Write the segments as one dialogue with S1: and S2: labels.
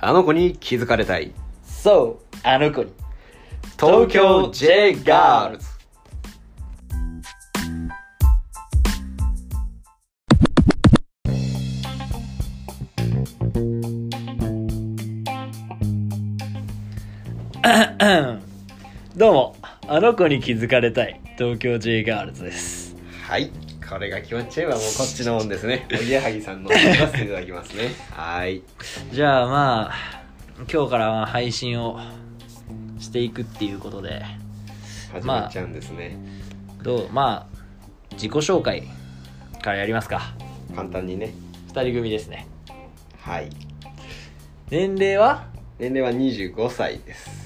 S1: あの子に気づかれたい。
S2: そう、あの子に。
S1: 東京 J ガールズ。
S2: どうも、あの子に気づかれたい、東京 J ガールズです。
S1: はい。これが決まっちゃえばもうこっちのもんです ね。おぎやはぎさんの言わせていただきますね。はい。
S2: じゃあまあ、今日からは配信をしていくっていうことで、
S1: 始まっちゃうんですね。
S2: どう、まあ、自己紹介からやりますか。
S1: 簡単にね。
S2: 二人組ですね。
S1: はい。
S2: 年齢は
S1: 年齢は25歳です。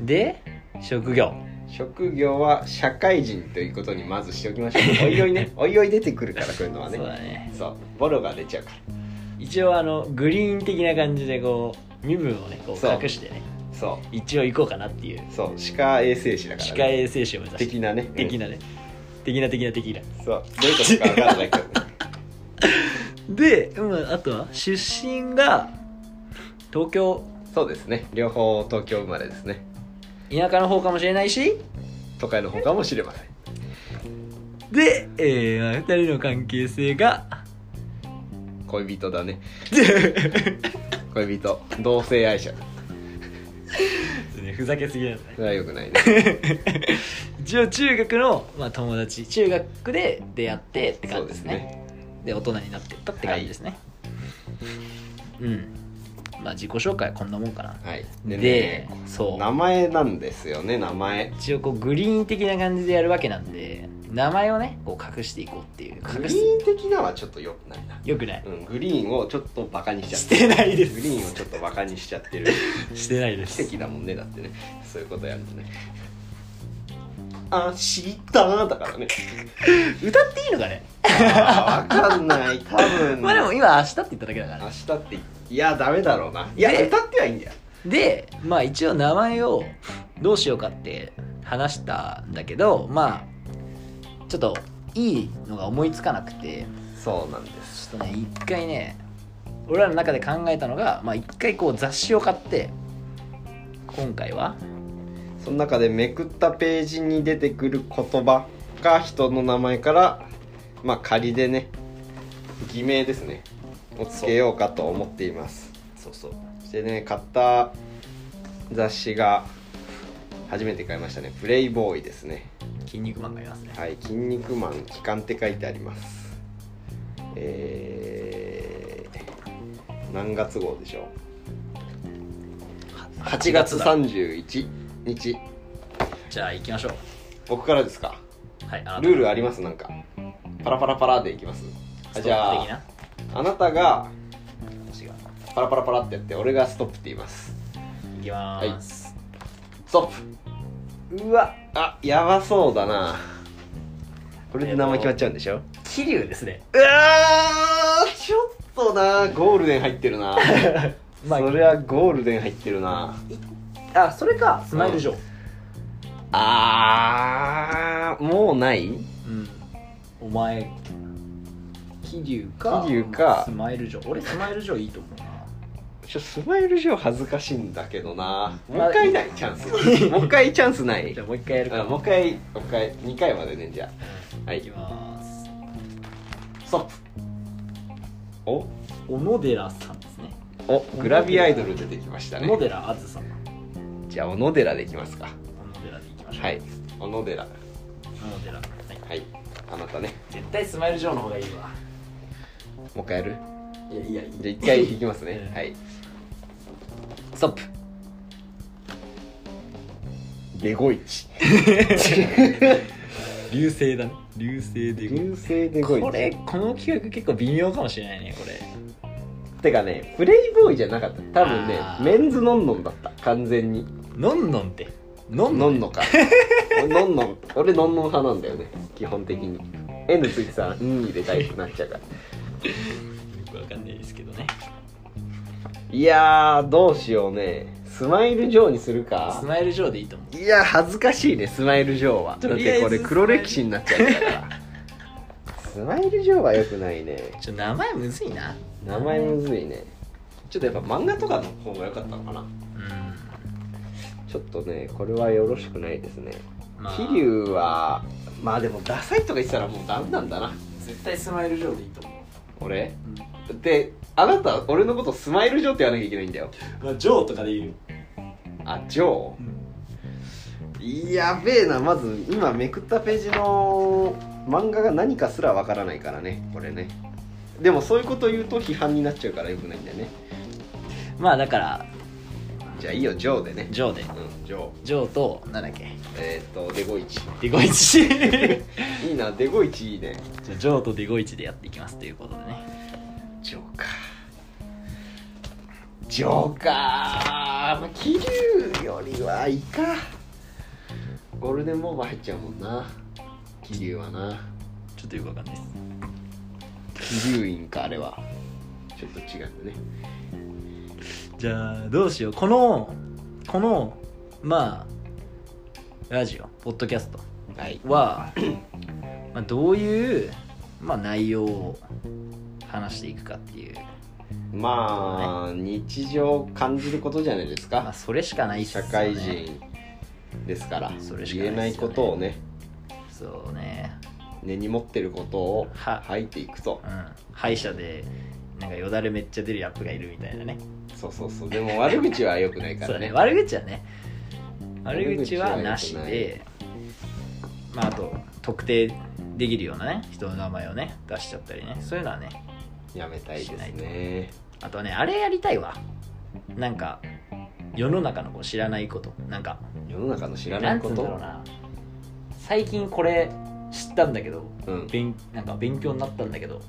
S2: で、職業。
S1: 職業は社会人ということにまずしておきましょ う。おいおいね。おいおい出てくるから、こういうのはね
S2: そう。だね。
S1: そう。ボロが出ちゃうから。
S2: 一応あの、グリーン的な感じでこう、身分をね、こう
S1: そう
S2: 隠してね、
S1: そ
S2: 一応行こうかなっていう
S1: う。、そう。歯科衛生士だから、ね。
S2: 歯科衛生士を目指して。
S1: 的なね。うん
S2: 的なね的な的な的な
S1: そう。どういうことかわからないけどね。
S2: で、うん、あとは出身が東京
S1: そうですね。両方東京生まれですね。
S2: 田舎の方かもしれないし
S1: 都会の方かもしれません。
S2: で、えー、2人の関係性が
S1: 恋人 だね。恋人。同性愛者。
S2: ふざけすぎなんだね
S1: それは良くないね。
S2: 一応中学の、まあ、友達中学で出会ってって感じですねで。大人になってったって感じですね、うんまあ自己紹介はこんなもんかな
S1: はい。
S2: で,、
S1: でね、
S2: そう
S1: 名前なんですよね、名前。
S2: 一応こうグリーン的な感じでやるわけなんで名前をねこう隠していこうっていう
S1: グ
S2: 隠
S1: リ
S2: す
S1: ーン的なはちょっと良くないな。
S2: よくない
S1: うん、グリーンをちょっとバカにしちゃっ
S2: しててないで
S1: る。グリーンをちょっとバカにしちゃってる。
S2: すしてないで
S1: 奇跡だもんね、だってね。そういうことやるとね。あ、知っただ からね。
S2: 歌っていいのかね
S1: あーわかんない、多分。
S2: まあでも今明日って言っただけだか
S1: 明
S2: ら
S1: 日っていやダメだろうないや
S2: で
S1: 歌ってはいいんだよ
S2: でまあ一応名前をどうしようかって話したんだけどまあちょっといいのが思いつかなくて
S1: そうなんです
S2: ちょっとね一回ね俺らの中で考えたのがまあ一回こう雑誌を買って今回は
S1: その中でめくったページに出てくる言葉か人の名前からまあ仮でね偽名ですねをつけようかと思っています
S2: そうそう
S1: そしてね買った雑誌が初めて買いましたね「プレイボーイ」ですね
S2: 筋肉マンがいますね
S1: はい「筋肉マン期間」って書いてありますえー、何月号でしょう8月
S2: だ
S1: 31日
S2: じゃあ行きましょう
S1: 僕からですか
S2: はいあなた
S1: ルールありますなんかパラパラパラでいきますあじ
S2: スト
S1: ゃ
S2: ップ的な
S1: ああなたが
S2: 私が
S1: パラパラパラってやって俺がストップって言います
S2: いきまーす、
S1: ストップうわあやばそうだなこれで名前決まっちゃうんでしょ、
S2: 桐生ですね
S1: うわーちょっとなゴールデン入ってるな
S2: まあ
S1: それはゴールデン入ってるな
S2: あそれかス
S1: マイルジ
S2: ョー
S1: あーもうない
S2: うん、お前桐生
S1: か
S2: か
S1: ス
S2: スマイルジョー俺スマイルジョーいいと思う な
S1: ちょスマイル上恥ずかしいんだけどな
S2: あ
S1: もう一回ないチャン スもう一回チャンスない
S2: じゃあもう一回やる
S1: あ
S2: か
S1: もう一回もう一回2回までねじゃあはい
S2: きます
S1: ストップお
S2: 小野寺さんですね
S1: おグラビアアイドル出てきました
S2: 小野
S1: ね
S2: 寺あずさん
S1: じゃあ小野寺でいきますか
S2: 小野寺でいきましょう
S1: はい小野寺は
S2: 小野寺、はい、
S1: いあなたね
S2: 絶対スマイルジョーの方がいいわ
S1: もう一回やる
S2: いやいやい
S1: じゃあ一回いき ますね
S2: うん
S1: はいストップデゴイチ
S2: 流星だね流星で
S1: 流星デゴイチ
S2: これこの企画結構微妙かもしれないねこれ
S1: てかねプレイボーイじゃなかった多分ね
S2: あー
S1: メンズノンノンだった完全に
S2: のんのんってのんの
S1: ノ
S2: ん
S1: ンノか俺ノンノン俺ノンノン派なんだよね基本的に N ついてたら「ん」でかいくなっちゃうから
S2: よくわかんないですけどね
S1: いやーどうしようねスマイルジョーにするか
S2: スマイルジョーでいいと思う
S1: いや恥ずかしいねスマイルジョーはだ
S2: と
S1: っ
S2: りあ
S1: て
S2: えず
S1: これ黒歴史になっちゃうからスマイルジョーはよくないね
S2: ちょ名前むずいな
S1: 名前むずいねちょっとやっぱ漫画とかの方が良かったのかな
S2: うん
S1: ちょっとねこれはよろしくないですね
S2: まあ
S1: 桐生はまあでもダサいとか言ってたらもうダメなんだな
S3: 絶対スマイルジョーでいいと思う、
S1: 俺であなた俺のことスマイルジョーって言わなきゃいけないんだよ
S3: まあ、ジョーとかでいいよ、
S1: あジョーやべえなまず今めくったページの漫画が何かすらわからないからねこれねでもそういうこと言うと批判になっちゃうからよくないんだよね
S2: まあだから
S1: じゃあいいよジョーでね
S2: ジョーで
S1: うんジョー
S2: ジョーとなんだっけ
S1: えーっとデゴイチ
S2: デゴ イチじ
S1: いいなデゴイチいいね
S2: ゃあジョーとデゴイチでやっていきますということでね
S1: ジョーカージョーカーまあ桐生よりはいいかゴールデンボンバー入っちゃうもんな桐生はな
S2: ちょっとよくわかんないです
S1: 桐生院かあれはちょっと違うんだね
S2: じゃあどうしようこのこのまあラジオポッドキャスト
S1: はい
S2: は、まあ、どういう、まあ、内容を話していくかっていう、
S1: まあ、日常を感じることじゃないです
S2: まあ、
S1: か
S2: それしかないっす
S1: 社
S2: よね
S1: 会人ですから
S2: それしか
S1: 言え
S2: な
S1: ない
S2: っ
S1: い
S2: すよね
S1: ことをね
S2: そうね
S1: 根に持ってることを
S2: は
S1: 吐いていくと
S2: うん歯医者でなんかよだれめっちゃ出るやつがいるみたいなね
S1: そうそうそうでも悪口は良くないか
S2: そう
S1: ら
S2: だ
S1: ね
S2: ね悪口はね
S1: 悪口
S2: 悪口はなし
S1: は
S2: でまああと特定できるようなね人の名前をね出しちゃったりねそういうのはね
S1: やめたいです
S2: し
S1: ね
S2: あとはねあれやりたいわなんか世の中のこう知らないことなんか
S1: 世の中の知らな
S2: ないんつ
S1: こ
S2: うんだろう
S1: と
S2: な最近これ知ったんだけど
S1: うん
S2: 勉なんか勉強になったんだけど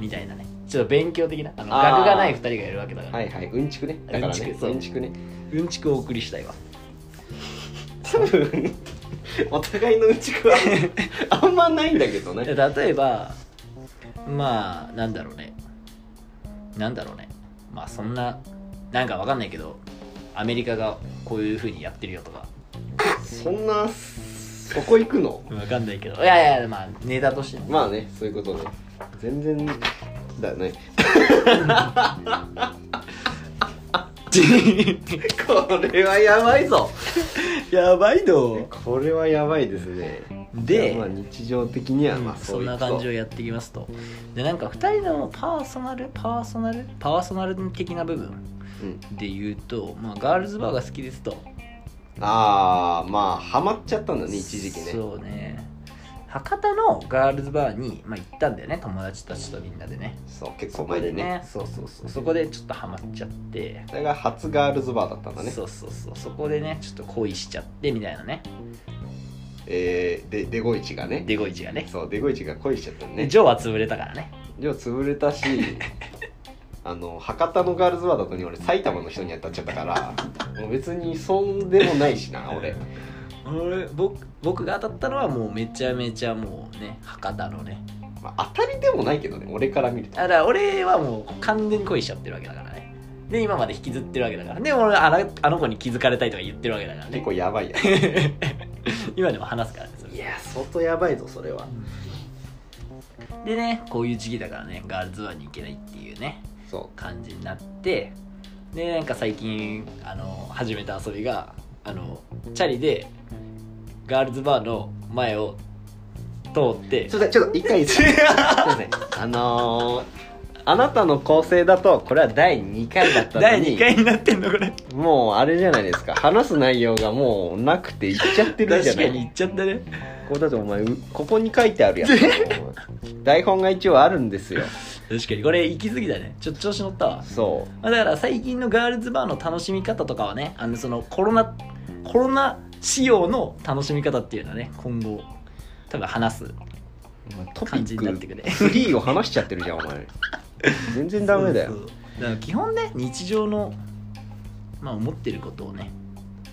S2: みたいなねちょっと勉強的なあの
S1: あー
S2: 学がない2人がいるわけだから、
S1: はいはいうんちくねだから
S2: うんち
S1: ね
S2: くそう
S1: うんちくね
S2: うんちくをお送りしたいわ
S1: 多分 お互いのうんち くはあんまないんだけどね
S2: 例えばまあなんだろうねなんだろうねまあそんななんかわかんないけどアメリカがこういうふうにやってるよとか
S1: そんなそこ行くの
S2: わかんないけどいやいやまあネタとしてね
S1: まあねそういうことね全然だよ ねこれはやばいぞ
S2: やばいの
S1: これはやばいですね
S2: で、
S1: まあ日常的にはまあ
S2: そ
S1: そうんい
S2: な
S1: う
S2: 感じをやっていきますとでなんか2人のパーソナルパーソナルパーソナル的な部分
S1: うん
S2: で言うと、まあ、ガールズバーが好きですと
S1: ああまあハマっちゃったんだね一時期ね
S2: そうね博多のガールズバーに、まあ、行ったんだよね友達たちとみんなでね
S1: そう結
S2: そ
S1: 構
S2: こ
S1: 前
S2: で
S1: にね
S2: ねそうそうそうそこでちょっとハマっちゃって、
S1: それが初ガールズバーだったんだね
S2: そうそうそうそこでねちょっと恋しちゃってみたいなね
S1: えー、でデゴイチがね
S2: デゴイチがね
S1: そうデゴイチが恋しちゃったの
S2: で
S1: ね
S2: ジョーは潰れたからね
S1: じゃあ潰れた しあの博多のガールズバーだとに俺埼玉の人に当たっちゃったからもう別に損でもないしな俺
S2: 俺僕僕が当たったのはもうめちゃめちゃもうね博多のね
S1: まあ、当たりでもないけどね俺から見ると
S2: だから俺はもう完全に恋しちゃってるわけだからねで今まで引きずってるわけだからで俺あのあの子に気づかれたいとか言ってるわけだから
S1: 結
S2: ね
S1: 構やばいや
S2: 今でも話すからねそれ
S1: や相当やばいぞそれは
S2: でねこういう時期だからねガールズバーに行けないっていうね
S1: そ
S2: 感じになってでなんか最近あの始めた遊びがあのチャリでガールズバーの前を通って
S1: うちょっとちょっと一回いい ですかすいませんあのーあなたの構成だとこれは第2回だったの
S2: 第
S1: に
S2: 2回になってんのこれ
S1: もうあれじゃないですか話す内容がもうなくていっちゃってるじゃ
S2: 確
S1: な
S2: か
S1: い
S2: に行っちゃったね
S1: これだってお前うここに書いてあ るやつ台本が一応あるんですよ
S2: 確かにこれ行き過ぎだねちょっと調子乗ったわ
S1: そ
S2: まあ、だから最近のガールズバーの楽しみ方とかはねあのそのコロナコロナ仕様の楽しみ方っていうのはね今後多分話す
S1: うお前トピ
S2: 感じになって
S1: ッ
S2: くね
S1: クフリーを話しちゃってるじゃんお前全然ダメだよ
S2: そうそうだから基本ね日常のまあ思ってることをね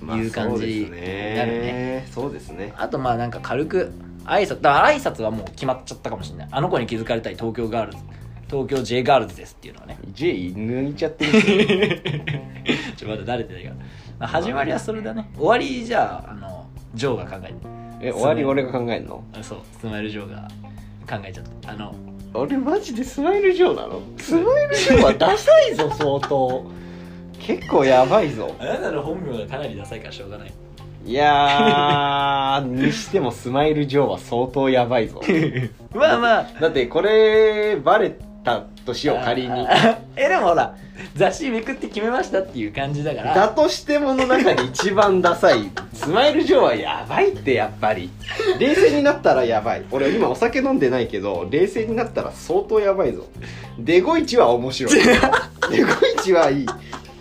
S2: いう
S1: そ
S2: 感じ
S1: うです
S2: になるね
S1: そうですね
S2: あとまあなんか軽く挨拶だから挨拶はもう決まっちゃったかもしれないあの子に気づかれたい東京ガールズ東京 J ガールズですっていうのはね
S1: J 抜いちゃってる
S2: ちょっとまだ慣れてないから、まあ、始まりはそれだね終わりじゃああのジョーが考えて
S1: え終わり俺が考えるの
S2: あそうスマイル・ジョーが考えちゃったあの
S1: 俺マジでスマイルジョーなのスマイルジョーはダサいぞ相当結構やばいぞ
S2: あなたの本名がかなりダサいからしょうがない
S1: いやーにしてもスマイルジョーは相当やばいぞ
S2: まあまあ
S1: だってこれバレたとしよう仮に
S2: えでもほら雑誌めくって決めましたっていう感じだから
S1: だとしてもの中で一番ダサいスマイルジョーはやばいってやっぱり冷静になったらやばい俺今お酒飲んでないけど冷静になったら相当やばいぞデゴイチは面白いデゴイチはいい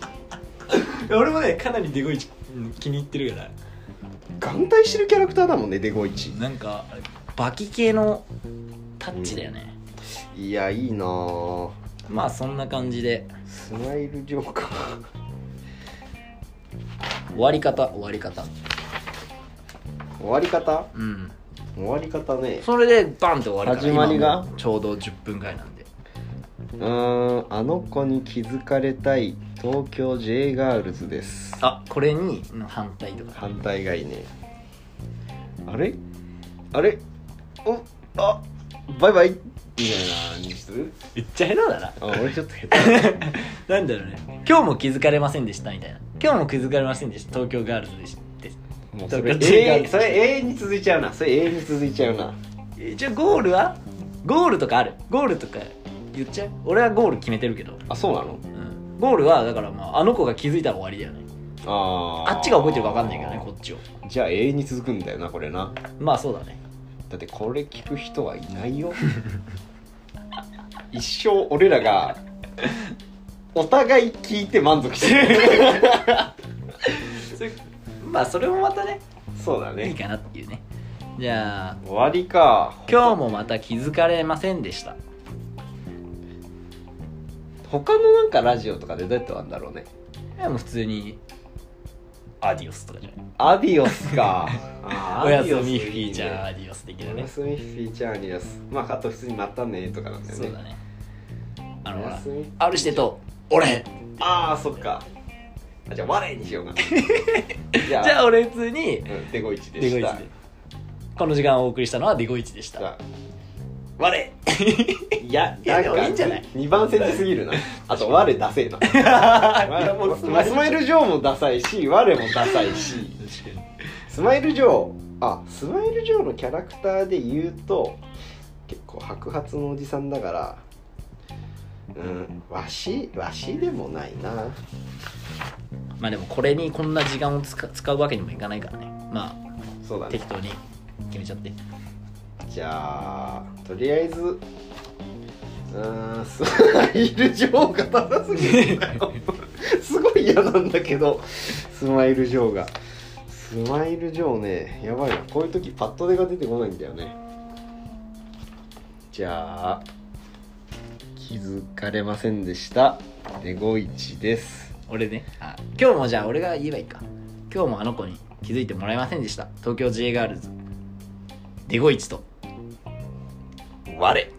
S2: 俺もねかなりデゴイチうん気に入ってるから
S1: 眼帯してるキャラクターだもんねデゴイチ
S2: なんかあれバキ系のタッチだよね、
S1: いやいいなぁ
S2: まあそんな感じで
S1: スマイルジョーか
S2: 終わり方終わり方
S1: 終わり方
S2: うん
S1: 終わり方ね
S2: それでバンって終わりから
S1: 始まりが
S2: 今もうちょうど10分ぐらいなんで
S1: うーんあの子に気づかれたい東京 J ガールズです
S2: あこれにの反対とか
S1: 反対がいいねあれあれおあバイバイみたいなにする
S2: めっちゃ下手だな
S1: あ俺ちょっと下手
S2: なんだろうね今日も気づかれませんでしたみたいな今日も気づかれませんでした東京ガールズでした
S1: もうそれ
S2: 東京 J ガ
S1: 永
S2: ール
S1: 遠
S2: ズ
S1: それ永遠に続いちゃうなそれ永遠に続いちゃうな
S2: えじゃあゴールはゴールとかあるゴールとか言っちゃう俺はゴール決めてるけど、
S1: あそうなの
S2: うん、ゴールはだからまああの子が気づいたら終わりだよね
S1: あ
S2: あっちが覚えてるか分かんないけどねこっちを
S1: らじゃあ永遠に続くんだよなこれな
S2: まあそうだね
S1: だってこれ聞く人はいないよ 一生俺らがお互い聞いて満足してる
S2: まあそれもまたね
S1: そうだ
S2: いいかなっていうねじゃあ
S1: 終わりか
S2: 今日もまた気づかれませんでした
S1: 他のなんかラジオとかでどうやって終わるんだろうね
S2: いやもう普通にアディオスとかじゃない
S1: アディオスか あ
S2: お
S1: ー
S2: や
S1: ア
S2: す
S1: ディオスいいね
S2: みフィーチャーアディオス的な
S1: お
S2: ね
S1: やすみフィーチャーアディオスまああと普通にまたねとかなんだよね
S2: そうだねあの
S1: お
S2: ほ
S1: や
S2: ら
S1: すみ
S2: あるしてと俺
S1: ああそっかあじゃあ我にしようかな じゃあ
S2: じゃあ俺普通に
S1: うん、デゴイチで
S2: デゴ
S1: し
S2: イチ
S1: た
S2: でこの時間お送りしたのはデゴイチでし
S1: じゃ
S2: た
S1: あ
S2: 我
S1: いや、
S2: いやでも
S1: なんか
S2: いいんじゃない
S1: 二番煎じすぎるな。あと、我ダセえ な。我もスマスマイルジョーもダサいし、我もダサいし。スマイルジョー、あ、スマイルジョーのキャラクターで言うと、結構白髪のおじさんだから、うん、わし、わしでもないな。
S2: まあでもこれにこんな時間を使使うわけにもいかないからねま
S1: そうだ
S2: あ
S1: ね
S2: 適。当に決めちゃって
S1: じゃあ、とりあえず、うーん、 スマイルジョーがダサすぎるんだよ。すごい嫌なんだけど、スマイルジョーが。スマイルジョーね、やばいな。こういう時パッと出が出てこないんだよね。じゃあ、気づかれませんでした。デゴイチです。
S2: 俺ねあ今日もじゃあ俺が言えばいいか今日もあの子に気づいてもらえませんでした東京 J ガールズデゴイチと
S1: 我。